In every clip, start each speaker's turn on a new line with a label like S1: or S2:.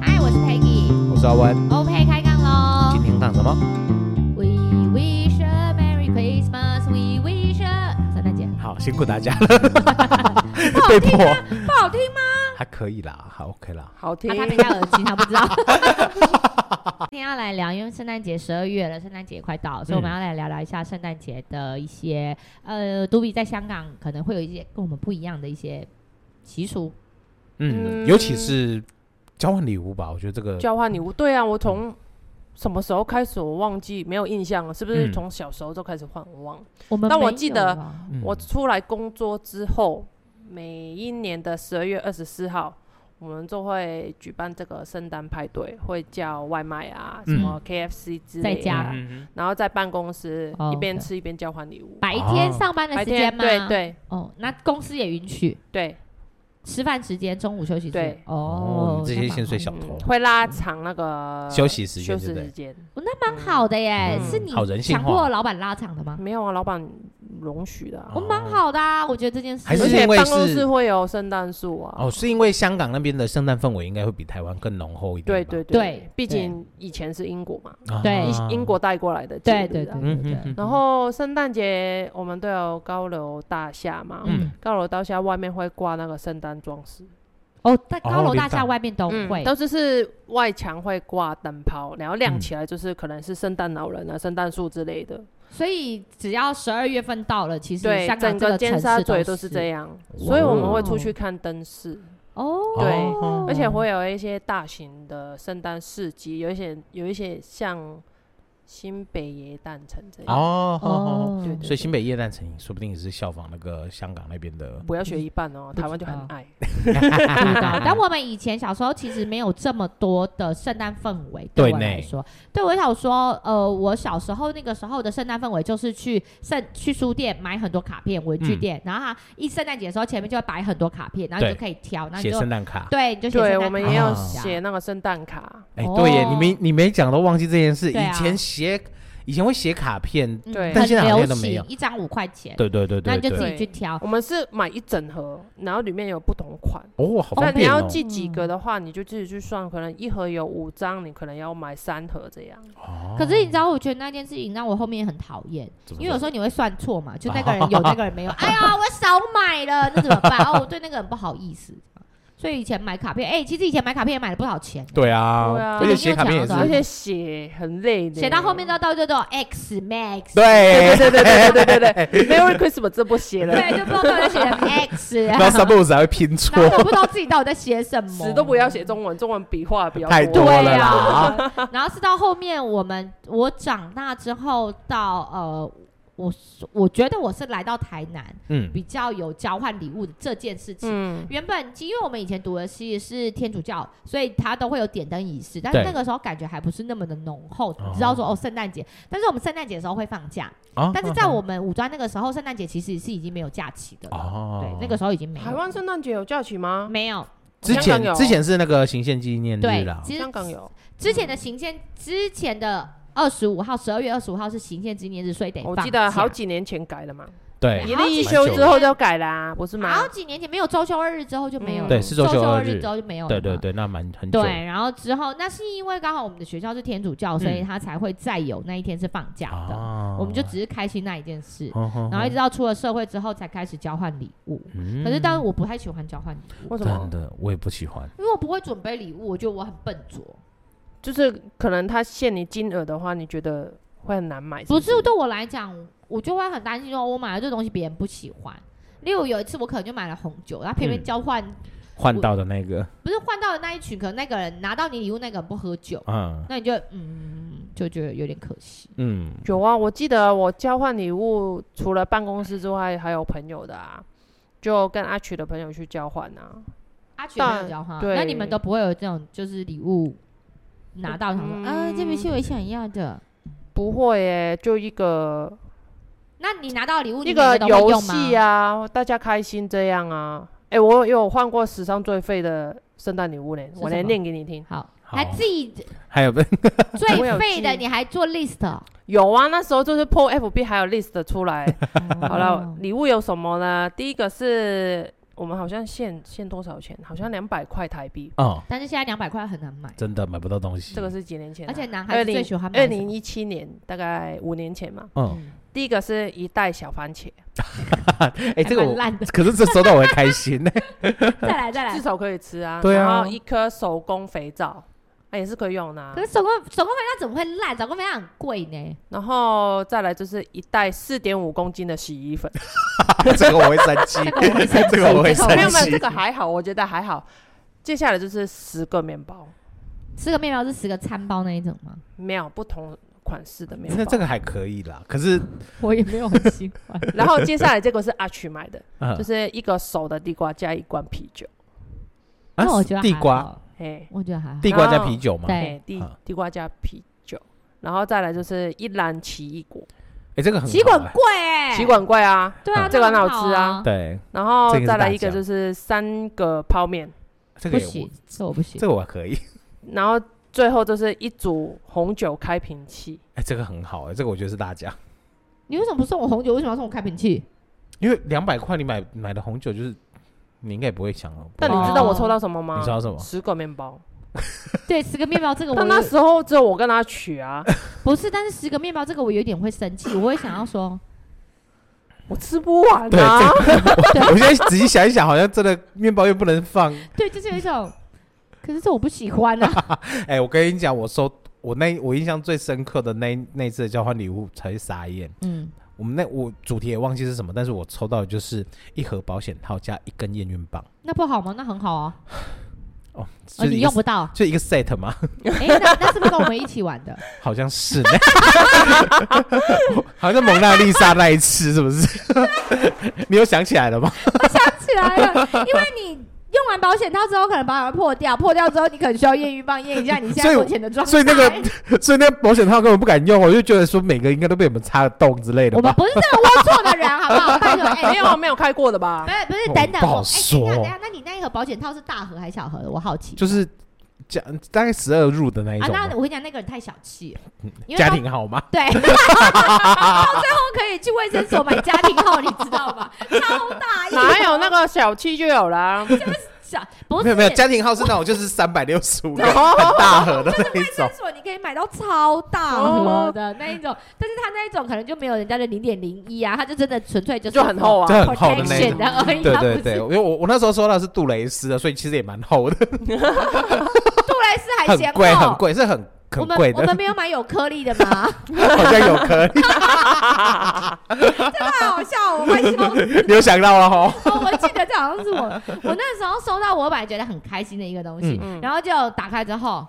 S1: 嗨，我是 Peggy。
S2: 我是阿弯，
S1: OK，开杠喽
S2: 今。天干什么？
S1: We wish a Merry Christmas. We wish a 圣诞节。
S2: 好，辛苦大家了， 被迫
S1: 不好听吗？
S2: 还可以啦，还 OK 啦。
S3: 好听
S1: 啊，他没戴耳机，他不知 道。今天要来聊，因为圣诞节十二月了，圣诞节也快到
S3: 嗯
S1: 了，所以我们要来聊聊一下圣诞节的一些、呃，独比在香港可能会有一些跟我们不一样的一些习俗。
S2: 嗯，
S3: 嗯
S2: 尤其是交换礼物吧，我觉得这个
S3: 交换礼物，对啊，我
S2: 嗯
S3: 从什么时候开始我忘记没有印象了，是不是
S2: 嗯
S3: 从小时候就开始换？我忘了。
S1: 我们
S3: 但我
S1: 没有
S3: 记得
S1: 啊
S2: 嗯
S3: 我出来工作之后，每一年的十二月二十四号，我们就会举办这个圣诞派对，会叫外卖啊，什
S2: 嗯
S3: 么 KFC 之
S1: 在
S3: 类的
S1: 家
S3: 啊，
S2: 嗯
S3: 然后在办公室
S1: 哦
S3: 一边
S1: OK
S3: 吃一边交换礼物。
S1: 白天
S2: 哦
S1: 上班的
S3: 白
S1: 时间
S3: 天
S1: 吗？
S3: 对对
S1: 哦，那公司也允许
S3: 对，
S1: 吃饭时间，中午休息时间
S3: 对。
S2: 哦，
S1: 哦，
S2: 你这些
S1: 那蛮
S2: 薪水
S1: 好
S2: 小
S3: 嗯
S2: 偷，
S3: 会拉长那个
S2: 休息时
S3: 休
S2: 间
S3: 息
S2: 对不
S3: 时
S2: 对？
S3: 间。
S1: 哦那蛮好的耶，
S3: 嗯
S1: 是你
S2: 好人性
S1: 强
S2: 化
S1: 迫老板拉长的吗？
S3: 没有啊，老板容许的啊、
S1: 我
S2: 哦
S1: 蛮好的啊，我觉得这件事
S2: 还是
S3: 而且
S2: 因为
S3: 办公
S2: 是
S3: 室会有圣诞树啊。
S2: 哦，是因为香港那边的圣诞氛围应该会比台湾更浓厚一点
S3: 对
S2: 吧。
S3: 对
S1: 对
S3: 毕
S1: 对
S3: 竟以前是英国嘛，
S2: 啊
S1: 对
S3: 英英国带过来的节日
S1: 对
S3: 啊。
S1: 对对对
S2: 嗯嗯
S1: 对，
S2: 嗯
S3: 然后圣诞节我们都有高楼大厦嘛，
S2: 嗯
S3: 高楼大厦外面会挂那个圣诞装饰，嗯
S1: 哦，在高楼
S2: 哦
S1: 大
S2: 领
S1: 厦
S2: 导
S1: 外面都会
S3: 都就是外墙会挂灯泡，然后
S2: 嗯
S3: 亮起来就是可能是圣诞老人啊、圣诞树之类的。
S1: 所以只要十二月份到了，其实
S3: 对
S1: 香，港
S3: 整
S1: 这
S3: 个
S1: 个
S3: 尖
S1: 城
S3: 沙
S1: 市
S3: 咀
S1: 都
S3: 都是这
S1: 样
S3: 样，所以我们会出去看灯饰，
S1: 哦。
S3: 对
S2: 哦
S3: 而且会有一些大型的圣诞市集，有一些有一些像新北耶诞城这样。
S2: 哦哦，
S3: 对对
S2: 所以新北夜诞城说不定也是效仿那个香港那边的
S3: 不要学一半哦，
S1: 不
S3: 台湾
S1: 知
S3: 就
S1: 道
S3: 很爱。
S1: 不 知道。但我们以前小时候其实没有这么多的圣诞氛围，
S2: 对
S1: 对我来
S2: 呢
S1: 说，对我想说，呃，我小时候那个时候的圣诞氛围就是去圣去书店买很多卡片，文具
S2: 嗯
S1: 店，然后它一圣诞节的时候前面就会摆很多卡片，然后你
S2: 对
S1: 就可以挑，然后你
S2: 写
S1: 就
S2: 圣诞卡。
S1: 对你就写圣
S3: 对，
S1: 诞
S3: 我们
S1: 卡
S3: 也有
S1: 片
S2: 啊
S3: 写那个圣诞卡，
S2: 哎，对耶，
S1: 哦
S2: 你没你没讲都忘记这件事。
S1: 对啊
S2: 以前写以前会写卡片，
S1: 嗯
S3: 对
S2: 但
S1: 很
S2: 现在好像
S1: 流
S2: 都没有
S1: 行，一张五块钱，
S2: 对对对
S1: 那
S2: 对
S1: 你就自
S2: 对。
S1: 己去挑。
S3: 我们是买一整盒，然后里面有不同款。
S2: 哦，好
S3: 那
S2: 方
S3: 你
S2: 便
S3: 要
S2: 哦。
S3: 寄几
S1: 嗯
S3: 个的话，你就自己去算，可能一盒有五张，你可能要买三盒这样。
S2: 哦
S1: 可是你知道，我觉得那件事情让我后面很讨厌，
S2: 怎么
S1: 因为有
S2: 说
S1: 时候你会算错嘛，就那个人有，那个人没有。哎呀，我少买了，那怎么办？ 哦，我对那个人不好意思。所以以前买卡片，哎，其实以前买卡片也买了不少钱，
S2: 对啊，
S3: 对啊
S2: 而且写卡片也
S1: 是
S3: 而
S2: 是
S3: 且写很累的，
S1: 写到后面都到最后都有 X Max，
S2: 对
S3: 对。对对对对对对 对，Merry Christmas 这不写了，
S1: 对，就不知道到底写成 X，
S2: 然后 Subos 还会拼错
S1: 然，后我不知道自己到底在写什么，
S3: 死都不要写中文，中文笔画比较
S2: 太多
S1: 对啊
S2: 了
S1: 呀，
S2: 啦。
S1: 然后是到后面我们我长大之后到呃，我我觉得我是来到台南
S2: 嗯，
S1: 比较有交换礼物的这件事情。
S3: 嗯，
S1: 原本其实因为我们以前读的系是天主教，所以他都会有点灯仪式，但是
S2: 对
S1: 那个时候感觉还不是那么的浓厚，你知道说哦圣诞节，但是我们圣诞节的时候会放假，
S2: 啊
S1: 但是在我们武专那个时候，圣诞节其实是已经没有假期的了，
S2: 哦，
S1: 对，那个时候已经没有
S3: 台湾圣诞节有假期吗？
S1: 没有
S2: 之
S3: 香港
S2: 前
S3: 有
S2: 之前是那个行宪纪念日
S1: 对
S2: 啦，，
S1: 其实
S3: 香港有，
S1: 之前的行宪之前的二十五号，十二月二十五号是行宪纪念日，所以得
S3: 我
S1: 放
S3: 记得
S1: 假
S3: 好几年前改了嘛，
S2: 对
S3: 一
S1: 好
S3: 例
S1: 几
S3: 一休
S2: 年
S3: 之后就改啦，不是吗
S1: 好？几年前没有周休二日之后就没有了，
S3: 嗯
S2: 对是周
S1: 周
S2: 休二
S1: 二
S2: 日
S1: 之后就没有了
S2: 对对
S1: 嘛
S2: 对，那蛮很久。
S1: 对，然后之后那是因为刚好我们的学校是天主教，所以
S2: 嗯
S1: 他才会再有那一天是放假的，
S2: 啊
S1: 我们就只是开心那一件事。
S2: 哦哦
S1: 然后一直到出了社会之后才开始交换礼物，
S2: 嗯
S1: 可是但是我不太喜欢交换礼物，
S3: 为什么
S2: 真？的我也不喜欢，
S1: 因为我不会准备礼物，我觉得我很笨拙。
S3: 就是可能他限你金额的话，你觉得会很难买？
S1: 不
S3: 不
S1: 是对我来讲，我就会很担心说，我买了这东西别人不喜欢。例如有一次我可能就买了红酒，然后偏偏
S2: 嗯
S1: 交换、
S2: 换到的那个，
S1: 不是换到的那一群，可能那个人拿到你礼物那个人不喝酒，
S2: 嗯
S1: 那你就嗯就觉得有点可惜。
S2: 嗯，
S3: 有啊，我记得我交换礼物，除了办公室之外，还有朋友的啊，就跟阿曲的朋友去交换啊。
S1: 阿全没有
S3: 但
S1: 交换，啊
S3: 对
S1: 那你们都不会有这种就是礼物拿到想说、
S3: 嗯
S1: 啊，这不是我想要的。
S3: 不会耶，就一个
S1: 那你拿到礼物，
S3: 一个游戏
S1: 啊，
S3: 啊，大家开心这样啊。哎、我有换过史上最废的圣诞礼物呢，
S1: 是
S3: 我
S1: 什
S3: 来
S1: 么
S3: 念给你听。
S1: 好，
S2: 好
S1: 还自己
S2: 还有 不
S3: 我有
S1: 最废的，
S3: 记
S1: 你还做 list 哦。
S3: 有啊，那时候就是 破 FB 还有 list 出来。好了
S1: 哦，
S3: 礼物有什么呢？第一个是我们好像限限多少钱？好像两百块台币。
S2: 哦，
S1: 但是现在两百块很难买，
S2: 真的买不到东西。
S3: 这个是几年前啊、
S1: 而且男孩
S3: 二
S1: 子
S3: 零
S1: 最喜欢
S3: 二
S1: 买什
S3: 零
S1: 么？
S3: 一七年，哦大概五年前嘛。
S2: 嗯，
S3: 第一个是一袋小番茄，
S2: 哎、
S1: 哎
S2: 这个我，
S1: 烂 的，
S2: 可是这收到我会开心 呢、
S1: 再来再
S3: 至
S1: 来。
S3: 少可以吃啊。
S2: 对啊
S3: 然后一颗手工肥皂，那、也是可以用的、啊
S1: 可。是手工手工肥皂怎么会烂？手工肥皂很贵呢。
S3: 然后再来就是一袋四点五公斤的洗衣粉。
S2: 这个我会生气， 这个我会生
S3: 哦没有没有，
S2: 气
S3: 这。个还好，我觉得还好。接下来就是十个面包，
S1: 十个面包是十个餐包那一种吗？
S3: 没有不同款式的面
S2: 那
S3: 包。
S2: 这个还可以啦，可是，
S1: 我也没有很喜欢。
S3: 然后接下来这个是阿曲买的，
S2: 嗯
S3: 就是一个手的地瓜加一罐啤酒。
S1: 那我觉得
S2: 啊地
S1: 还
S2: 瓜，
S1: 好，
S3: 嘿，
S1: 我觉得还好。
S2: 地瓜加啤酒嘛。
S1: 对
S2: 哎、
S3: 嘿，地
S2: 啊
S3: 地瓜加啤酒，然后再来就是一篮奇异果，
S2: 这个很
S1: 奇
S2: 好
S1: 管
S2: 哎
S1: 贵哎，
S3: 奇管贵啊。
S1: 对啊，
S2: 嗯
S1: 那
S3: 这个很好
S1: 好
S3: 吃啊。
S2: 对，
S3: 然后
S2: 这个是
S3: 再来
S2: 大
S3: 一个
S2: 奖
S3: 就是三个泡面，
S2: 这
S1: 不
S2: 个也
S1: 行，这我不行
S2: 这。个我可以。
S3: 然后最后就是一组红酒开瓶器。
S2: 哎、这个很好哎、这个我觉得是大奖，
S1: 你为什么不送我红酒？为什么要送我开瓶器？
S2: 因为两百块你买买的红酒就是你应该也不会想哦。
S3: 但你知道我抽到什么吗？
S2: 你说什么？
S3: 十个面包。
S1: 对，十个面包这个我
S3: 但那
S1: 有
S3: 时候只有我跟他取 啊，
S1: 不是，但是十个面包这个我有点会生气，我会想要 说，
S3: 我吃不完
S2: 对
S3: 啊。
S2: 我现在仔细想一想，好像真的面包又不能放。
S1: 对，就是有一种，可是这我不喜欢 啊。
S2: 哎、我跟你讲，我收我那我印象最深刻的那那一次的交换礼物才傻眼。
S1: 嗯，
S2: 我们那我主题也忘记是什么，但是我抽到的就是一盒保险套加一根验孕棒，
S1: 那不好吗？那很好啊，
S2: 哦，
S1: 而
S2: 就
S1: 你
S2: 一
S1: 用
S2: 个
S1: 不 到。
S2: 就一个 set 嘛，
S1: 哎，那那是不是跟我们一起玩的？
S2: 好像是 呢，好像蒙娜丽莎那一次是不是？ 你有想起来了吗？
S1: 起来了，因为你。用完保险套之后，可能保险会破掉，破掉之后你可能需要验孕棒验一下你现
S2: 所
S1: 在
S2: 以
S1: 目前的状态。
S2: 所以那个所以那保险套根本不敢用，我就觉得说每个应该都被我们插了洞之类的
S1: 我们
S2: 吧。
S1: 不是这个龌龊的人，好不好？拜托， 哎、
S3: 没有没有开过的 吧
S1: 不？是不是，等等，
S2: 哦不好
S1: 我哎
S2: 说
S1: 等一下等一下，那你那一盒保险套是大盒还是小盒的？我好奇。
S2: 就是加大概十二入的那一
S1: 啊，
S2: 种
S1: 那
S2: 吗，
S1: 我跟你讲，那个人太小气了，因为
S2: 家
S1: 他
S2: 庭好吗？
S1: 对，到最后可以去卫生所买家庭号，你知道 吗？超大一，
S3: 哪有那个小气就有啦？
S1: 小？不是
S2: 没有没有，家庭号是那种就是三百六十 五
S3: 哦
S2: 很大盒的那一
S1: 卫
S2: 种
S1: 生。所你可以买到超大
S3: 哦
S1: 盒的那一种，但是它那一种可能就没有人家的零点零一啊，它就真的纯粹就是
S3: 就很厚啊
S2: 就很厚的那一
S1: protection
S2: 种
S1: 的而已，
S2: 对
S1: 它不
S2: 对
S1: 是
S2: 对， 因为我我那时候收到的是杜蕾斯的，所以其实也蛮厚的，
S1: 杜蕾斯还
S2: 很
S1: 嫌
S2: 贵很
S1: 厚。
S2: 贵，是很
S1: 我
S2: 很
S1: 们
S2: 贵
S1: 我
S2: 的，
S1: 们没有买有颗粒的 吗？
S2: 好像有颗粒，
S1: 这太好笑了，我快笑死
S2: 你有想到啊？吼，
S1: 哦，我记得这好像是我，我那时候收到，我本来觉得很开心的一个东西，
S3: 嗯嗯
S1: 然后就打开之后，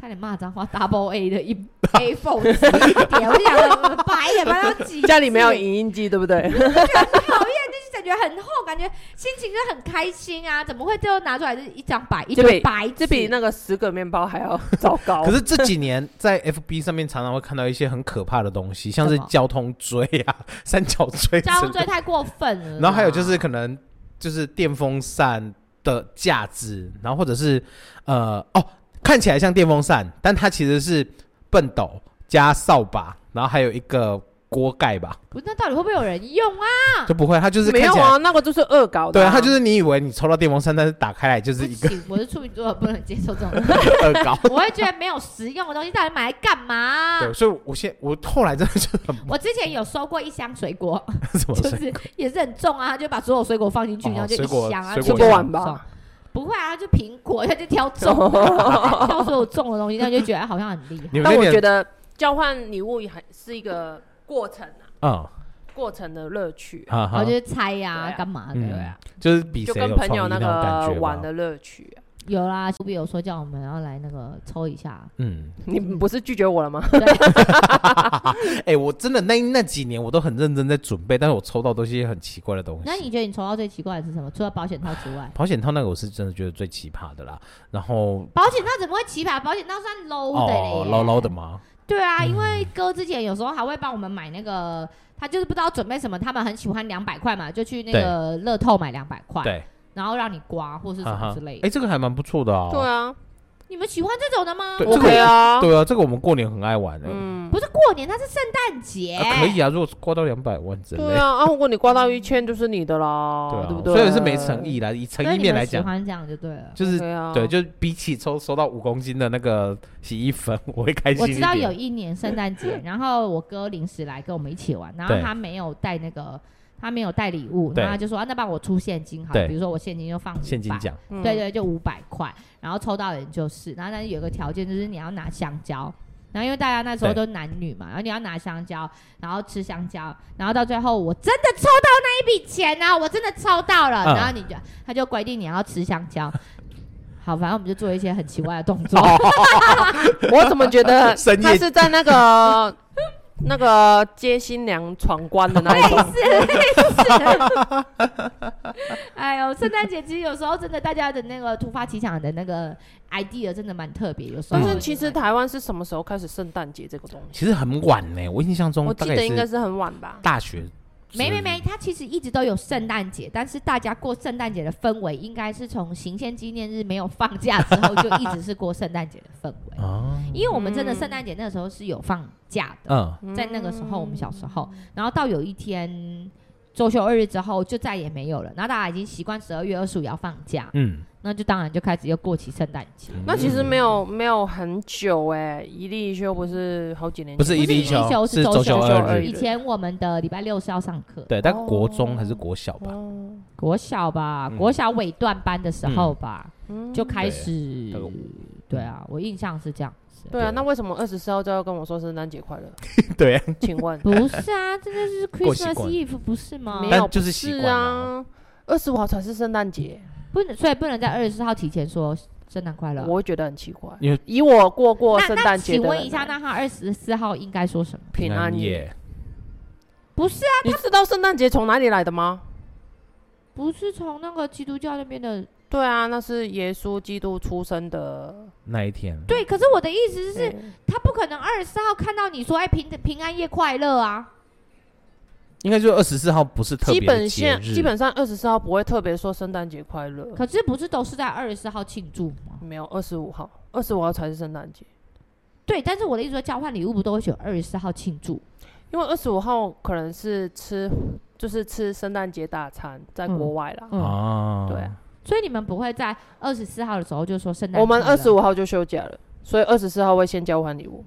S1: 差点骂脏话，double A 的一 A phone 点，我就想说白眼白到几，
S3: 家里没有，影印机，对 不对？
S1: 讨厌，就是感觉很厚，感觉心情就很开心啊，怎么会最后拿出来就是一张白一
S3: 这
S1: 堆
S3: 比
S1: 白纸
S3: 这比那个十个面包还要糟糕。
S2: 可是这几年在 FB 上面常常会看到一些很可怕的东西，像是
S1: 什么
S2: 交通锥啊、 三角锥之
S1: 交通啊
S2: 类
S1: 罪太过分了啦，
S2: 的，然后还有就是可能就是电风扇的架子，然后或者是呃哦，看起来像电风扇，但它其实是笨斗加扫把，然后还有一个锅盖吧。
S1: 不，那到底会不会有人用啊？
S2: 就不会，它就是
S3: 没
S2: 看
S3: 有
S2: 起来，
S3: 啊，那个就是恶搞的
S2: 对
S3: 啊、
S2: 啊，它就是你以为你抽到电风扇，但是打开来就
S1: 不
S2: 是一 个
S1: 行，我是处女座，不能接受这种东西，
S2: 恶搞。
S1: 我会觉得没有实用的东西，到底买来干嘛啊、
S2: 对，所以我现我后来真的 就很
S1: 我之前有收过一箱水果，
S2: 怎么
S1: 就
S2: 说
S1: 是也是很重啊，他就把所有水果放进去，
S2: 哦
S1: 然后就
S2: 水
S1: 一
S2: 果
S1: 箱啊，
S2: 水
S1: 就
S3: 果
S1: 很
S3: 碗吧
S1: 重。不会啊，就苹果，他就挑重的， 挑所有重的东西，他就觉得好像很厉害。
S2: 你们
S3: 但
S2: 那
S3: 我觉
S2: 边
S3: 得交换礼物还是一个过程啊，
S2: 嗯，
S3: 过程的乐趣啊、
S2: 哈
S1: 然后
S2: 哈
S1: 就，是猜呀
S3: 对啊，
S1: 干嘛
S2: 嗯
S1: 的？
S2: 就是比
S3: 就
S2: 谁
S3: 跟
S2: 有
S3: 朋
S2: 创
S3: 友
S2: 意
S3: 那
S2: 那种感
S3: 个
S2: 觉
S3: 玩
S2: 吧。
S3: 的乐趣、啊。
S1: 有啦，苏比有说叫我们要来那个抽一下，
S2: 嗯，
S3: 你不是拒绝 我了吗？
S2: 哎，我真的那那几年我都很认真在准备，但是我抽到都是一些很奇怪的东
S1: 那
S2: 西。
S1: 你觉得你抽到最奇怪的是什么？除了保险套之外，
S2: 保险套那个我是真的觉得最奇葩的啦。然后
S1: 保险套怎么会奇葩？保险套算 low 的
S2: 哦，
S1: 嘞，
S2: 捞捞的。吗？
S1: 对啊，
S2: 嗯
S1: 因为哥之前有时候还会帮我们买那个，他就是不知道准备什么，他们很喜欢两百块嘛，就去那个乐透买两百块。
S2: 对，
S1: 然后让你刮或是什
S2: 哈
S1: 么
S2: 哈
S1: 之类。的。
S2: 哎，这个还蛮不错的哦。
S3: 对啊
S1: 你们喜欢这种的吗？
S2: 对
S1: 我
S2: 这个
S3: ，OK 啊，
S2: 对啊，这个我们过年很爱玩的。
S3: 嗯，
S1: 不不是过年，它是圣诞节。
S2: 啊可以啊，如果刮到两百万之类，
S3: 对啊，啊，如果你刮到一千就是你的啦，
S2: 对啊，
S3: 对不对？
S2: 虽然是没诚，意啦，以诚
S1: 所以
S2: 意
S1: 你
S2: 面
S1: 们
S2: 来
S1: 喜
S2: 讲，
S1: 欢这样就对了。
S2: 就是
S3: 对啊，
S2: 对，就比起抽收到五公斤的那个洗衣粉， 我会开心
S1: 我
S2: 一
S1: 知道有
S2: 点
S1: 一年圣诞 节，然后我哥临时来跟我们一起玩，然后
S2: 对
S1: 他没有带那个，他没有带礼物，
S2: 对
S1: 然后他就说、啊、那帮我出现金好了，
S2: 对
S1: 比如说我现金就放500
S2: 现金，奖，
S3: 嗯
S1: 对，对，就五百块，然后抽到的人就是，然后但是有个条件就是你要拿香蕉。然后因为大家那时候
S2: 对
S1: 都男女嘛，然后你要拿香蕉，然后吃香蕉，然后到最后我真的抽到那一笔钱啊，我真的抽到了，
S2: 嗯
S1: 然后你就他就规定你要吃香蕉，好，反正我们就做一些很奇怪的动作，
S2: 哦
S3: 我怎么觉 得
S2: 深夜
S3: 他是在那个 那个接新娘闯关的那一种？
S1: 哎呦，圣诞节其实有时候真的大家的那个突发奇想的那个 idea 真的蛮特别，有时候
S3: 但
S1: 有点难。
S2: 嗯
S3: 是其实台湾是什么时候开始圣诞节这个东西？
S2: 其实很晚呢、我印象中
S3: 我
S2: 大
S3: 记
S2: 概
S3: 得
S2: 也
S3: 应该
S2: 是
S3: 是很晚吧。
S2: 大学，
S1: 没没没，它其实一直都有圣诞节，但是大家过圣诞节的氛围应该是从行宪纪念日没有放假之后就一直是过圣诞节的氛围，
S2: 啊，
S1: 因为我们真的圣诞节那个时候是有放假的，
S2: 嗯，
S1: 在那个时候我们小时候，然后到有一天。周休二日之后就再也没有了，然后大家已经习惯十二月二十五要放假，
S2: 嗯，
S1: 那就当然就开始又过起圣诞节。
S3: 那其实没有
S2: 嗯
S3: 没有很久哎，一立一休不是好几年前
S2: 不是一粒
S1: 粒球
S2: 球，
S1: 是
S2: 周
S1: 周
S2: 休
S1: 休
S2: 二
S3: 二
S2: 日
S1: 以
S3: 日，
S1: 前我们的礼拜六是要上课，
S2: 对，但国中还是国小吧，
S3: 哦
S1: 国小吧，
S2: 嗯
S1: 国小尾段班的时候吧，
S3: 嗯
S1: 就开始
S2: 对大概五，
S1: 对啊，
S2: 嗯
S1: 我印象是这样子。
S3: 对啊，
S2: 对
S3: 那为什么二十四号就要跟我说圣诞节 快乐？
S2: 对啊，
S3: 请问
S1: 不是啊，这就是
S2: 过习
S1: Christmas
S2: 惯
S1: Eve 不是吗
S3: 没？
S2: 但
S3: 有，
S2: 就是
S3: 不
S2: 习
S3: 是
S2: 惯
S3: 啊
S2: 啊。
S3: 二十五号才是圣诞节，
S1: 不能，所以不能在二十四号提前说圣诞快乐。
S3: 我会觉得很奇怪。
S2: 因为
S3: 以我过过
S1: 那
S3: 圣
S1: 那
S3: 诞节的
S1: 请
S3: 人
S1: 问一下，那他二十四号应该说什么？
S3: 平安夜，，
S1: 不是啊，
S3: 你知道圣诞节从哪里来的吗？
S1: 不是从那个基督教那边的。
S3: 对啊，那是耶稣基督出生的。
S2: 那一天，
S1: 对，可是我的意思是，
S3: 对
S1: 他不可能二十四号看到你说哎平平安夜快乐啊。
S2: 应该就二十四号不是特
S3: 基
S2: 别的
S3: 本
S2: 节
S3: 线
S2: 日，
S3: 基本上二十四号不会特别说圣诞节快乐，
S1: 可是不是都是在二十四号庆祝吗？
S3: 没有二十五号，二十五号才是圣诞节，
S1: 对，但是我的意思说，交换礼物不都会选二十四号庆祝？
S3: 因为二十五号可能是吃就是吃圣诞节大餐，在国外啦。
S1: 嗯，
S2: 啊，
S3: 对啊，
S1: 所以你们不会在二十四号的时候就说圣诞。
S3: 我们二十，五号就休假了，所以二十四号会先交换礼物。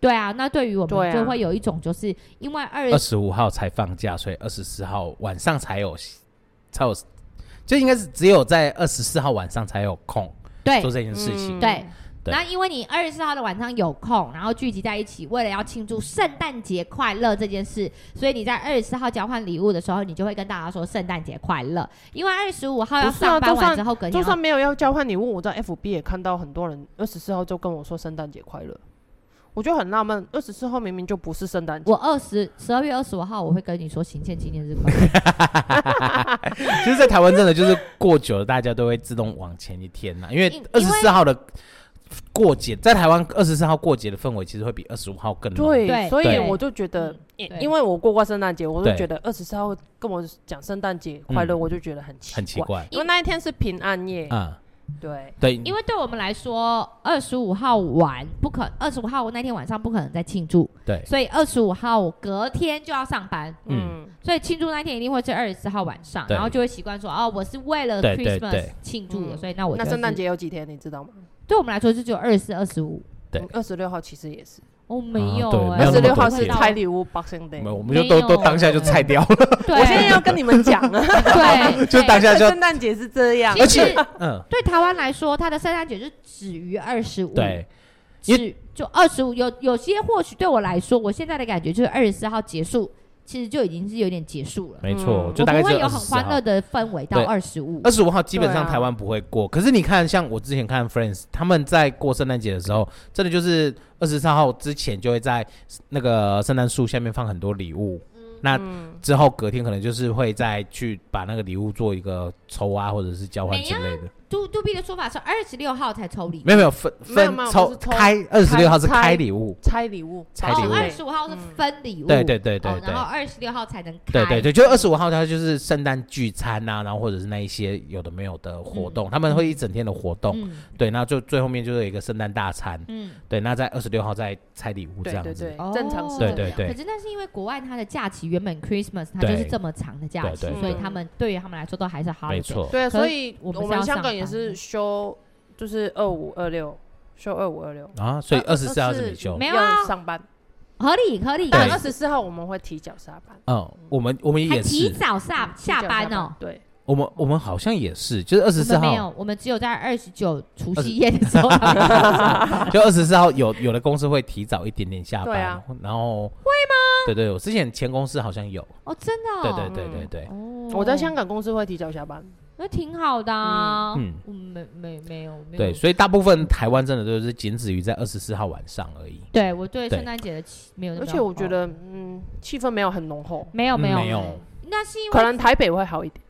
S1: 对啊，那对于我
S3: 对
S1: 们
S3: 啊
S1: 就会有一种，就是因为二十
S2: 二十五号才放假，所以二十四号晚上才有才有，就应该是只有在二十四号晚上才有空
S1: 对
S2: 做这件事情。
S1: 对。
S2: 对
S1: 那因为你二十四号的晚上有空，然后聚集在一起，为了要庆祝圣诞节快乐这件事，所以你在二十四号交换礼物的时候，你就会跟大家说圣诞节快乐。因为二十五号要
S3: 不是啊
S1: 上班
S3: 就算
S1: 完之后，隔天
S3: 就
S1: 要
S3: 算没有要交换礼物，我在 FB 也看到很多人二十四号就跟我说圣诞节快乐，我就很纳闷，二十四号明明就不是圣诞节，
S1: 我二十十二月二十五号，我会跟你说行宪纪念日快乐。
S2: 其实，在台湾真的就是过久了，大家都会自动往前一天呐、因为
S1: 因
S2: 二
S1: 因
S2: 十
S1: 为
S2: 四号的过节，在台湾二十四号过节的氛围其实会比二十五号更浓
S3: 对，
S1: 对
S3: 所以
S1: 对
S3: 我就觉得
S1: 嗯，
S3: 因
S1: 对
S3: 因为我过过圣诞节，我就
S2: 对
S3: 觉得二十四号跟我讲圣诞节快乐，
S2: 嗯
S3: 我就觉得很奇
S2: 很奇怪
S3: 因为那一天是平安夜，
S2: 啊、
S3: 对，
S2: 对，
S1: 因为对我们来说，二十五号晚不可，二十五号那天晚上不可能再庆祝，
S2: 对
S1: 所以二十五号隔天就要上班，
S2: 嗯
S3: 嗯，
S1: 所以庆祝那天一定会是二十四号晚上，
S2: 对
S1: 然后就会习惯说，哦，我是为了
S2: 对对
S1: Christmas
S2: 对
S1: 庆祝的，
S3: 嗯
S1: 所以那我
S3: 那
S1: 就是
S3: 圣诞节有几天你知道吗？嗯
S1: 对我们来说就只有二十四、二十五，
S2: 对
S3: 二十六号其实也是，
S1: 哦，没有
S2: 啊对
S1: 欸，
S2: 没有
S3: 二十
S2: 那么
S3: 六
S2: 多
S3: 号是
S2: 天
S3: 拆礼物 Boxing
S2: 没有
S3: Day。
S2: 我们就都
S1: 没有
S2: 都当下就拆掉了，
S1: 对，
S3: 我现在要跟你们讲 了，
S1: 对，
S2: 就大家就
S3: 对圣诞节是这样
S1: 对，
S2: 而
S1: 其
S2: 且
S1: 实
S2: 嗯，
S1: 对台湾来说，它的圣诞节就止于二十五，
S2: 对，因
S1: 是就二十五，有有些或许对我来说，我现在的感觉就是二十四号结束，其实就已经是有点结束了，
S2: 没错，
S3: 嗯
S2: 就
S1: 我
S2: 大概
S1: 不
S2: 就
S1: 会
S2: 二
S1: 有
S2: 十
S1: 很
S2: 四
S1: 欢乐
S2: 号。
S1: 的氛围到
S2: 对
S1: 二十五
S2: 二。十五号基本上
S3: 对啊
S2: 台湾不会过，可是你看，像我之前看 Friends，他们在过圣诞节的时候，真的就是二十三号之前就会在那个圣诞树下面放很多礼物，那
S3: 嗯，
S2: 之后隔天可能就是会再去把那个礼物做一个抽啊，或者是交换之类的。
S1: 杜杜比的说法是二十六号才抽礼物，
S2: 没有没有分
S3: 没有
S2: 分
S3: 没有我
S2: 抽
S3: 是抽
S2: 开二十六号是
S3: 拆
S2: 开礼物，
S3: 拆礼物，
S2: 拆礼物
S1: 哦，二十五号是
S3: 嗯
S1: 分礼物，
S2: 对对对对
S1: 哦
S2: 对
S1: 然后二十六号才能开，
S2: 对对对，就二十五号它就是圣诞聚餐啊，然后或者是那一些有的没有的活
S3: 嗯
S2: 动，他们会一整天的活动，
S1: 嗯
S2: 对，那就最后面就是有一个圣诞大餐，
S1: 嗯，
S2: 对，那在二十六号再拆礼物这
S3: 对
S2: 样
S3: 对
S2: 子，
S3: 对
S1: 哦，
S3: 正常是
S2: 对
S3: 这
S2: 对
S3: 样。
S2: 对
S1: 可是那是因为国外它的假期原本 Christmas 它就是
S2: 对
S1: 这么长的假期
S2: 对，对
S1: 所以
S3: 对
S1: 他们对于他们来说都还是 holiday。
S2: 没，错，
S3: 对，啊
S1: 可
S3: 所
S1: 是
S3: 以
S1: 我
S3: 我
S1: 们是
S3: 们
S1: 要
S3: 香
S1: 上
S3: 港也
S1: 班
S3: 是
S1: 的
S3: 休，就是二五二六休二五二六，
S2: 啊，所以
S3: 呃
S2: 二十四号是没休，
S1: 没有啊
S3: 要上班。
S1: 合理合理。
S3: 但
S2: 对
S3: 二十四号我们会提早下班，嗯
S2: 嗯，我们我们
S1: 还
S2: 也
S1: 提
S2: 是，
S1: 早下
S3: 提
S1: 下
S3: 早
S1: 班哦。
S3: 对，
S2: 我们我们好像也是，就是二十
S1: 我
S2: 四
S1: 们没
S2: 号，
S1: 有，我们只有在二十九除
S2: 20
S1: 夕夜的时候才 会
S2: 就二十四号有有的公司会提早一点点下
S3: 对
S2: 班，
S3: 啊
S2: 然后会吗？对对，我之前前公司好像有，
S1: 哦，真的、哦。
S2: 对对对对对，
S1: 哦，
S3: 我在香港公司会提早下班。
S1: 那挺好的、啊。
S2: 嗯
S1: 嗯，我没没没有没有。
S2: 对，所以大部分台湾真的都是仅止于在二十四号晚上而已。
S1: 对我对
S2: 对
S1: 圣诞节的哦期没有那么
S3: 而
S1: 高，
S3: 且我觉得，嗯，气氛没有很浓厚，
S1: 没有没有
S2: 没有，
S1: 那是因
S3: 可
S1: 为
S3: 能台北会好一点。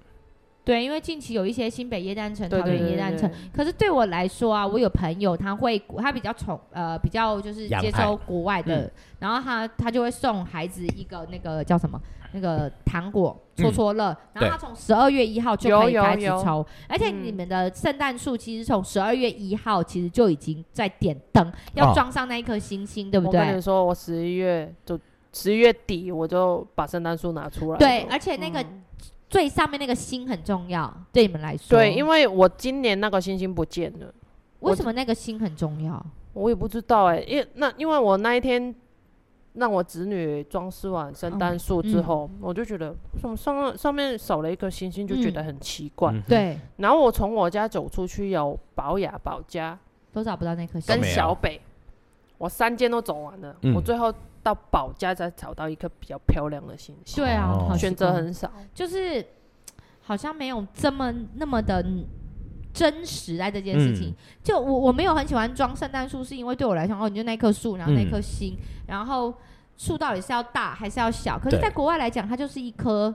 S1: 对，因为近期有一些新北耶诞城、桃
S3: 对对
S1: 园
S3: 对
S1: 耶诞
S3: 对
S1: 城
S3: 对，
S1: 可是对我来说啊，我有朋友他会他比较宠呃比较就是
S2: 洋
S1: 接
S2: 派
S1: 收国外
S3: 嗯
S1: 的，然后他他就会送孩子一个那个叫什么那个糖果
S2: 嗯
S1: 戳戳乐，然
S2: 对
S1: 后他从十二月一号就
S3: 有
S1: 可以
S3: 有
S1: 开始
S3: 有
S1: 抽，而且你
S3: 嗯
S1: 们的圣诞树其实从十二月一号其实就已经在点灯，要
S2: 哦
S1: 装上那一颗星星，对不
S3: 我
S1: 对？
S3: 跟你说，我十一月就十一月底我就把圣诞树拿出来了。
S1: 对，而且那个
S3: 嗯
S1: 最上面那个星很重要，对你们来说。
S3: 对，因为我今年那个星星不见了，
S1: 为什么那个星很重要？
S3: 我也不知道哎、因为那因为我那一天让我侄女装饰完
S1: 哦
S3: 圣诞树之
S1: 嗯
S3: 后，我就觉得为什么上上面少了一颗星星，就觉得很奇怪。
S2: 嗯哼，
S1: 对，
S3: 然后我从我家走出去有宝雅、宝佳
S1: 都找不到那颗星
S3: 跟
S2: 没有
S3: 小北，我三间都走完了，
S2: 嗯
S3: 我最后到宝家才找到一颗比较漂亮的星星，
S1: 对啊，
S2: 哦
S1: 好奇
S3: 选择
S1: 怪
S3: 很少。
S1: 就是嘖好像没有这么那么的真实在这件事情。
S2: 嗯
S1: 就我我没有很喜欢装圣诞树，是因为对我来讲，哦，你就那棵树，然后那
S2: 嗯
S1: 颗星，然后树到底是要大还是要小？可是，
S2: 对
S1: 在国外来讲，它就是一棵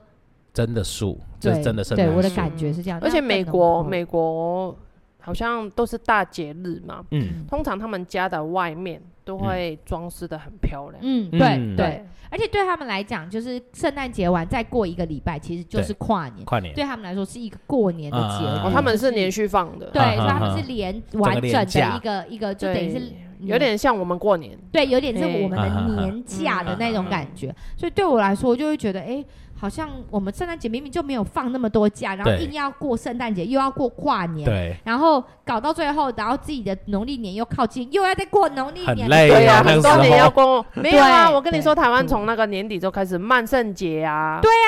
S2: 真的树，这是
S1: 对
S2: 真的圣
S1: 对
S2: 诞
S1: 我的
S2: 树
S1: 感觉是这样。
S3: 而且
S1: 那哦
S3: 美
S1: 更
S3: 国
S1: 浓厚
S3: 美国好像都是大节日嘛，
S2: 嗯
S3: 通常他们家的外面都会装饰的很漂亮。
S1: 嗯，对、
S2: 嗯
S1: 对，，而且对他们来讲，就是圣诞节完再过一个礼拜，其实就是
S2: 对
S1: 跨年。
S2: 跨年，
S1: 嗯对他们来说是一个过年的节日，
S2: 啊
S3: 哦，他们是
S1: 就是
S3: 连续放的，
S1: 嗯对，所
S2: 啊
S1: 以他
S2: 啊
S1: 们是连完整的一个一个，就
S3: 对
S1: 等于是
S3: 有点像我们过年。
S1: 对，有点是
S3: 嘿
S1: 我们
S2: 啊啊
S1: 的
S2: 啊嗯
S1: 年假的那种感觉。所以对我来说，我就会觉得，哎，好像我们圣诞节明明就没有放那么多假，然后
S2: 对
S1: 硬要过圣诞节，又要过跨年。
S2: 对，
S1: 然后搞到最后，然后自己的农历年又靠近，又要再过农历
S2: 很
S1: 年，
S2: 累啊
S3: 对呀，
S2: 哎那
S3: 很
S2: 个
S3: 多
S2: 时
S3: 年要
S2: 候
S3: 过，没有啊！
S1: 对嗯
S3: 我跟你说，
S1: 对
S3: 台湾从那个年底就开始万圣节啊，对啊，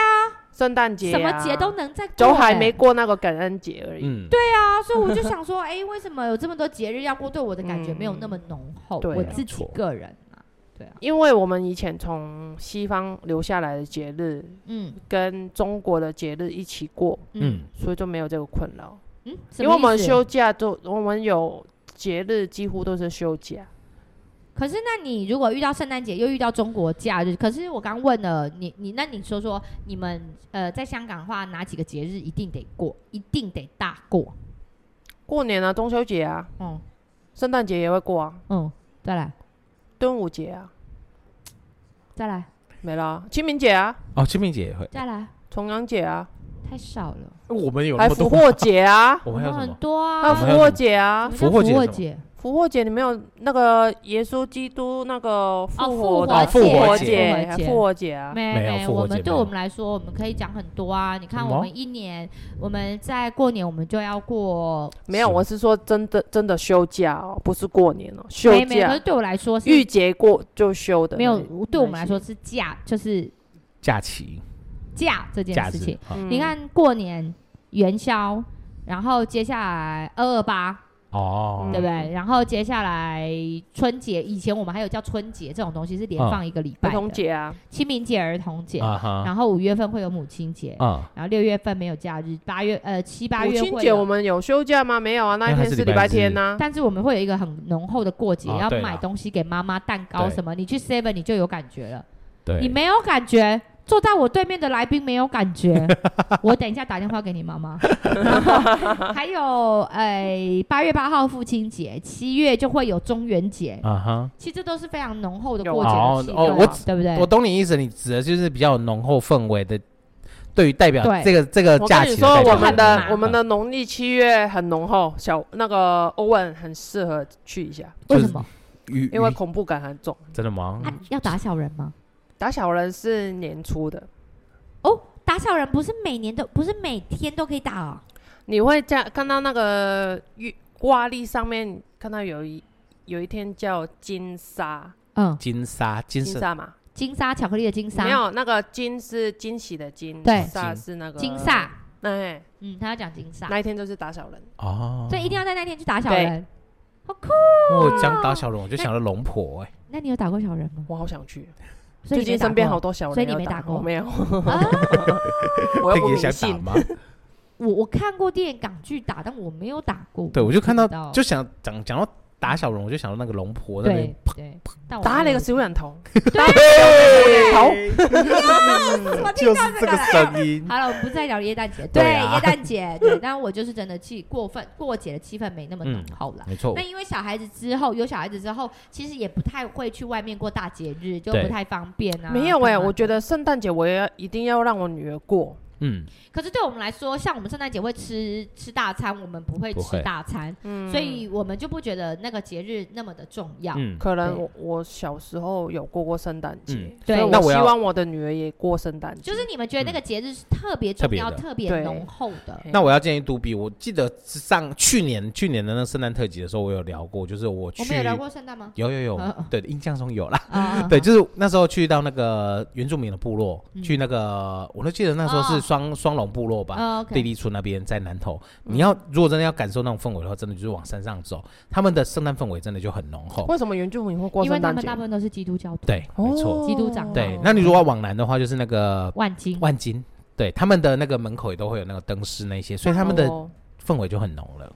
S3: 圣诞节啊，
S1: 什么节都能再过、
S3: 都还没
S1: 诶
S3: 过那个感恩节而已。
S2: 嗯，
S1: 啊，所以我就想说，哎，为什么有这么多节日要过？对我的感觉没有那么浓厚，
S3: 对
S1: 我
S3: 没
S1: 自己
S2: 错
S1: 个人啊，对啊，
S3: 因为我们以前从西方留下来的节日
S1: 嗯
S3: 跟中国的节日一起过，
S2: 嗯
S3: 所以就没有这个困扰。
S1: 嗯，什
S3: 因为
S1: 么
S3: 我
S1: 意
S3: 们
S1: 思
S3: 休假都，我们有节日几乎都是休假。
S1: 可是，那你如果遇到圣诞节又遇到中国假日，可是我刚问了你，你那你说说你们呃在香港的话，哪几个节日一定得过，一定得大过？
S3: 过年啊，中秋节啊，
S1: 嗯
S3: 圣诞节也会过啊，
S1: 嗯，再来
S3: 端午节啊，
S1: 再来
S3: 没了啊，清明节啊，
S2: 哦，清明节也会，
S1: 再来，
S3: 重阳节啊，
S1: 太少了，
S2: 我们有
S3: 还
S2: 那么
S3: 有复
S2: 多，
S3: 活 节啊，
S2: 我
S1: 我
S2: 们还有
S1: 们
S2: 什
S1: 很
S2: 么？
S1: 多啊
S3: 还有
S2: 我。
S3: 复
S2: 们还有
S3: 活
S2: 什么
S3: 节啊，
S1: 什么叫
S2: 复活节
S1: 活
S2: 是
S1: 节
S3: 复活节你没有那个耶稣基督那个复活的
S1: 哦
S2: 哦复活
S3: 活
S1: 节
S3: 节，还有复活节啊，
S1: 没
S2: 没有复活
S1: 我们
S2: 节
S1: 对
S2: 没有
S1: 我们来说，我们可以讲很多啊。你看，
S2: 什
S1: 我
S2: 么
S1: 们一年，我们在过年，我们就要过
S3: 没有，
S2: 是
S3: 我是说真的真的休假哦，不是过年哦，休
S1: 没没有，可是
S3: 假，
S1: 对我来说是
S3: 御节过就休的
S1: 没
S3: 那一，
S1: 有，对我们
S3: 那
S1: 来
S3: 一
S1: 说
S3: 些，
S1: 是假，就是
S2: 假期
S1: 假这件
S2: 假
S1: 事
S2: 日
S1: 情。
S2: 啊
S3: 嗯
S1: 你看过年元宵，然后接下来二二八，
S2: 哦
S1: 对不对？然后接下来春节，以前我们还有叫春节这种东西，是连
S2: 嗯
S1: 放一个礼拜
S3: 儿
S1: 的。
S3: 童节啊，
S1: 清明节、儿童节，
S2: 啊哈
S1: 然后五月份会有母亲节，
S2: 啊，
S1: 然后六月份没有假日，八月呃七八
S3: 母
S1: 月
S3: 亲
S1: 会
S3: 节我
S1: 有。
S3: 们有休假吗？没有啊，那一
S2: 那还
S3: 天
S2: 是
S3: 是
S2: 礼
S3: 礼
S2: 拜
S3: 拜
S2: 日
S3: 天啊呐。
S1: 但是我们会有一个很浓厚的过节，
S2: 啊
S1: 要
S2: 对啦
S1: 买东西给妈妈，蛋糕
S2: 对
S1: 什么，你去 Seven 你就有感觉了。
S2: 嗯对，
S1: 你没有感觉，坐在我对面的来宾没有感 觉，我等一下打电话给你妈妈。然后还有，哎，八月八号父亲节，七月就会有中元节，
S2: 啊哈，
S1: 其实这都是非常浓厚的
S3: 有
S1: 过节的
S2: 哦
S1: 气
S2: 哦
S1: 氛
S2: 我
S1: 嘛对不对
S2: 我？懂你意思，你指的就是比较有浓厚氛围的，对于代表
S1: 对
S2: 这个这个
S3: 我
S2: 呃假
S3: 跟你
S2: 期啊
S3: 说，
S2: 代表
S3: 我们
S1: 的
S3: 的
S1: 嘛
S3: 我们的农历七月很浓厚，小那个欧文很适合去一下，
S1: 为什么
S2: 语
S3: 因为恐怖感很重。
S2: 真的吗？
S1: 啊？要打小人吗？
S3: 打小人是年初的，
S1: 哦，打小人不是每年都不是每天都可以打啊。
S3: 你会加看到那个月挂历上面看到有一有一天叫金沙，
S1: 嗯，
S2: 金沙金
S3: 金
S2: 色
S3: 沙嘛，
S1: 金沙巧克力的金沙
S3: 没，有那个金是惊喜的金，
S1: 对
S3: 沙
S2: 金
S3: 是那个
S1: 金煞，，
S3: 哎，
S1: 嗯，他要讲金沙，
S3: 那一天就是打小人，
S2: 哦，
S1: 所以一定要在那天去打小人。好酷！
S2: 我讲打小龙，我就想到龙婆哎，
S1: 那你有打过小人吗？
S3: 我好想去，
S1: 所以
S3: 最
S1: 你没
S3: 近
S1: 打
S3: 身边
S1: 过
S3: 好多小人，
S1: 所以你没打
S3: 打
S1: 过
S3: 我没有，
S1: 啊
S3: 我又不
S2: 也
S3: 迷
S2: 想打
S3: 信，
S2: 吗？
S1: 我我看过电影港剧打，但我没有打过。
S2: 对，我就看到
S1: 不知道
S2: 就想讲讲到打小龙，我就想到那个龙婆那边
S1: 对对，但我
S3: 打了
S1: 没
S3: 一
S1: 有
S3: 个小人头，
S1: 我听
S2: 就
S1: 到
S2: 是
S1: 这
S2: 这
S1: 个
S2: 个
S1: 了
S2: 声音。
S1: 好了，我们不再聊耶诞 节，对
S2: 对啊
S1: 耶诞节，对，但我就是真的气过分，过节的气氛没那么浓
S2: 嗯
S1: 厚了。
S2: 没错
S1: 那，因为小孩子之后有小孩子之后，其实也不太会去外面过大节日，就
S2: 对
S1: 不太方便啊。
S3: 没有哎，
S1: 干嘛
S3: 我觉得圣诞节我也要一定要让我女儿过，
S2: 嗯，
S1: 可是对我们来说，像我们圣诞节会吃吃大餐，我们不会
S2: 不
S1: 吃
S2: 会
S1: 大餐，
S3: 嗯
S1: 所以我们就不觉得那个节日那么的重要。
S2: 嗯，
S3: 可能
S1: 对
S3: 我我小时候有过过圣诞节
S2: 嗯，
S3: 所以
S1: 对
S3: 我
S2: 那我
S3: 希
S2: 要
S3: 望我的女儿也过圣诞节，
S1: 就是你们觉得那个节日是特别重要、
S2: 嗯
S1: 特别
S3: 对
S1: 浓厚 的，
S2: 那我要建议杜比，我记得上去年去年的那个圣诞特辑的时候，我有聊过，就是我去
S1: 我们有聊过圣诞吗？
S2: 有有
S1: 嗯
S2: 有
S1: 嗯，
S2: 对，印象中有啦。
S1: 啊，
S2: 对，就是那时候去到那个原住民的部落，
S1: 嗯
S2: 去那个我都记得那时候
S1: 哦
S2: 是双双龙部落吧，
S1: 啊
S2: 地
S1: ，OK，嗯
S2: 利村那边在南头。你要如果真的要感受那种氛围的话，真的就是往山上走，他们的圣诞氛围真的就很浓厚。
S3: 为什么原住民会过
S1: 因为
S3: 圣
S1: 他
S3: 诞
S1: 们
S3: 节
S1: 大？部分都是基督教徒，
S2: 对，没错。
S3: 哦
S1: 基督长
S2: 对，那你如果要往南的话，就是那个
S1: 哦万金
S2: 万金，对，他们的那个门口也都会有那个灯饰那些，所以他们的
S3: 哦
S2: 氛围就很浓了。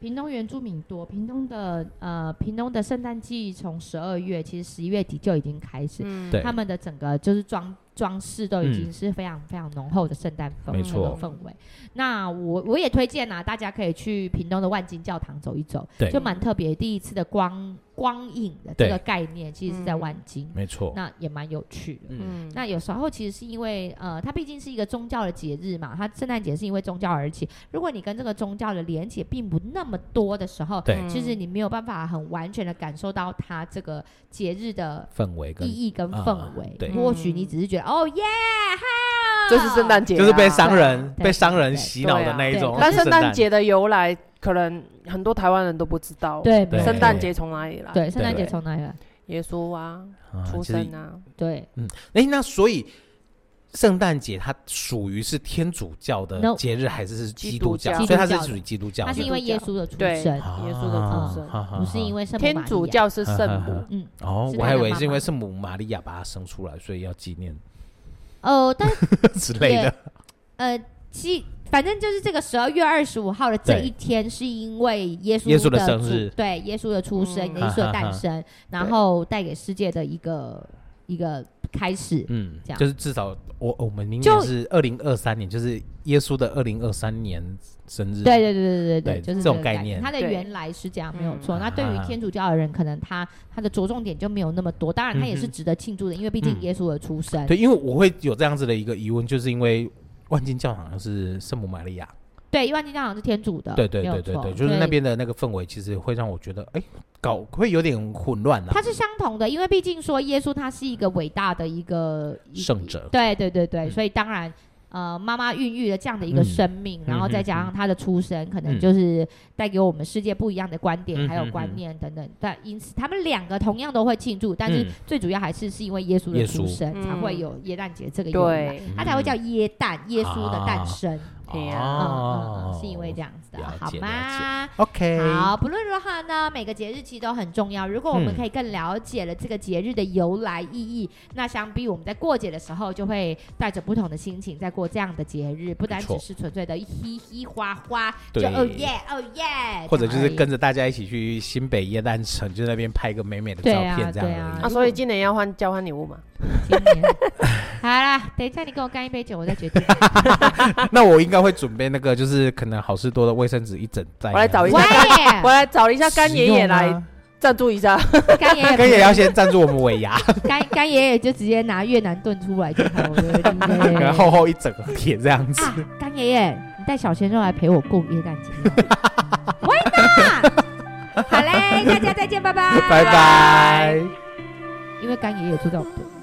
S1: 屏东原住民多，屏东的呃，屏东的圣诞季从十二月，其实十一月底就已经开始，
S3: 嗯
S2: 对
S1: 他们的整个就是装装饰都已经是非常非常浓厚的圣诞氛
S2: 没
S1: 那个
S2: 错
S1: 氛围。那我我也推荐啊，大家可以去屏东的万金教堂走一走，
S2: 对
S1: 就蛮特别。第一次的光光影的这
S2: 对嗯
S1: 个概念，其实是在万金，
S2: 没错，
S1: 那也蛮有趣的。
S2: 嗯，
S3: 嗯，
S1: 那有时候其实是因为，呃，它毕竟是一个宗教的节日嘛，它圣诞节是因为宗教而起。如果你跟这个宗教的连接并不那么多的时候，
S2: 对
S1: 其实你没有办法很完全的感受到它这个节日的
S2: 氛围
S1: 意
S2: 跟
S1: 义跟
S2: 啊
S1: 氛围。
S2: 对
S1: 或许你只是觉得，哦耶，好，
S3: 这是圣诞节啊，
S2: 就是被商人
S1: 对
S2: 被商人洗脑的那一种
S1: 对。
S3: 但圣
S2: 圣
S3: 诞节的由来，可能很多台湾人都不知道。，
S1: 对，
S2: 对
S3: 圣诞节从哪里来？
S1: 对圣诞节
S3: 对
S1: 从哪里来？
S3: 耶稣啊，
S2: 啊
S3: 出
S2: 就是
S3: 生啊，
S1: 对，
S2: 哎，那所以圣诞节它属于是天主教的
S1: No
S2: 节日，还是是基
S3: 基
S2: 督
S3: 督
S2: 教？
S3: 教
S2: 所以它
S1: 基
S2: 是
S1: 督教的
S2: 属于基督教
S1: 它
S2: 的。
S1: 是因为耶稣的出
S3: 对
S1: 生，
S2: 啊
S3: 耶稣的出生
S2: 哈哈
S1: 不是因为圣母
S3: 天
S1: 玛利
S3: 主
S1: 亚。
S3: 教是圣
S2: 啊
S3: 母
S2: 啊，
S1: 嗯，
S2: 哦，
S1: 是
S2: 我
S1: 他
S2: 还以
S1: 的
S2: 为
S1: 妈
S2: 是因
S1: 妈
S2: 为圣母玛利亚把他生出来，所以要纪念
S1: 呃，但
S2: 之类的。
S1: 呃，其反正就是这个十二月二十五号的这
S2: 对
S1: 一天，是因为耶稣
S2: 耶稣的
S1: 的
S2: 生
S1: 主
S2: 日
S1: 对耶稣的出生、
S3: 嗯
S1: 耶稣的诞生，然后带给世界的一个一个开始。
S2: 嗯
S1: 这样，
S2: 就是至少我我们明
S1: 就
S2: 年是二零二三年，就是耶稣的二零二三年生日。
S1: 对对对对对
S2: 对
S1: 就是
S2: 这种
S1: 个
S2: 概
S1: 念。
S2: 念
S1: 它的
S3: 对
S1: 原来是这样，没有错。
S2: 嗯
S1: 那对于天主教的人，可能他他的着重点就没有那么多。当然，他也是
S2: 嗯哼
S1: 值得庆祝的，因为毕竟
S2: 嗯
S1: 耶稣的出生。
S2: 对因为我会有这样子的一个疑问，就是因为万金教堂是圣母玛利亚，
S1: 对，万金教堂是天主的，
S2: 对对
S1: 啊没有
S2: 对对
S1: 错
S2: 对，就是那。边的那个氛围，其实会让我觉得，哎，搞会有点混乱啊。
S1: 它是相同的，因为毕竟说耶稣他是一个伟大的一个一
S2: 圣者
S1: 对对对对，
S2: 嗯
S1: 所以当然，呃，妈妈孕育了这样的一个生命，
S2: 嗯
S1: 然后再加上他的出生，可能就是带给我们世界不一样的观点，
S2: 嗯
S1: 还有观念等等。但因此，他们两个同样都会庆祝，但是
S2: 嗯
S1: 最主要还是是因为耶稣的
S2: 耶
S1: 出
S2: 稣
S1: 生，
S3: 嗯
S1: 才会有耶诞节这个由来。啊
S3: 对，
S1: 它才会叫耶诞，耶稣的诞生。
S2: 哎
S3: 嘿
S1: 嗯
S3: 啊
S1: 嗯嗯，是因为这样子的，
S2: 哦了
S1: 好
S2: 解
S1: 吗？
S2: OK，
S1: 好，不论如何呢，每个节日其实都很重要。如果我们
S2: 嗯
S1: 可以更了解了这个节日的由来意义，那想必我们在过节的时候就会带着不同的心情在过这样的节日，不单
S2: 没
S1: 只
S2: 错
S1: 是纯粹的嘻嘻哈哈，就
S2: 对
S1: 哦耶哦耶，
S2: 或者就是
S1: 这样而已
S2: 跟着大家一起去新北耶诞城，就在那边拍个美美的
S1: 对
S2: 照
S1: 啊
S2: 片，这
S1: 对
S2: 样
S1: 啊
S2: 而已。
S3: 啊，所以今年要换交换礼物嘛？
S1: 今年好啦，等一下你跟我干一杯酒，我再决定。啊
S2: 那我应该会准备那个，就是可能好事多的卫生纸一整袋。
S3: 我来找一
S1: 喂
S3: 下，，
S1: 啊
S3: 我来找了一下干爷
S2: 啊
S3: 爷 来赞助一下。
S1: 干爷爷不
S2: 跟也要先赞助我们尾牙，
S1: 干干爷爷就直接拿越南盾出来就好了。对
S2: 然后厚厚一整铁这样子。
S1: 啊， 干爷爷，你带小鲜肉来陪我过耶诞节，喂嘛！好嘞，大家再见，拜拜，
S2: 拜拜。
S1: 因为干爷爷住在我们对面。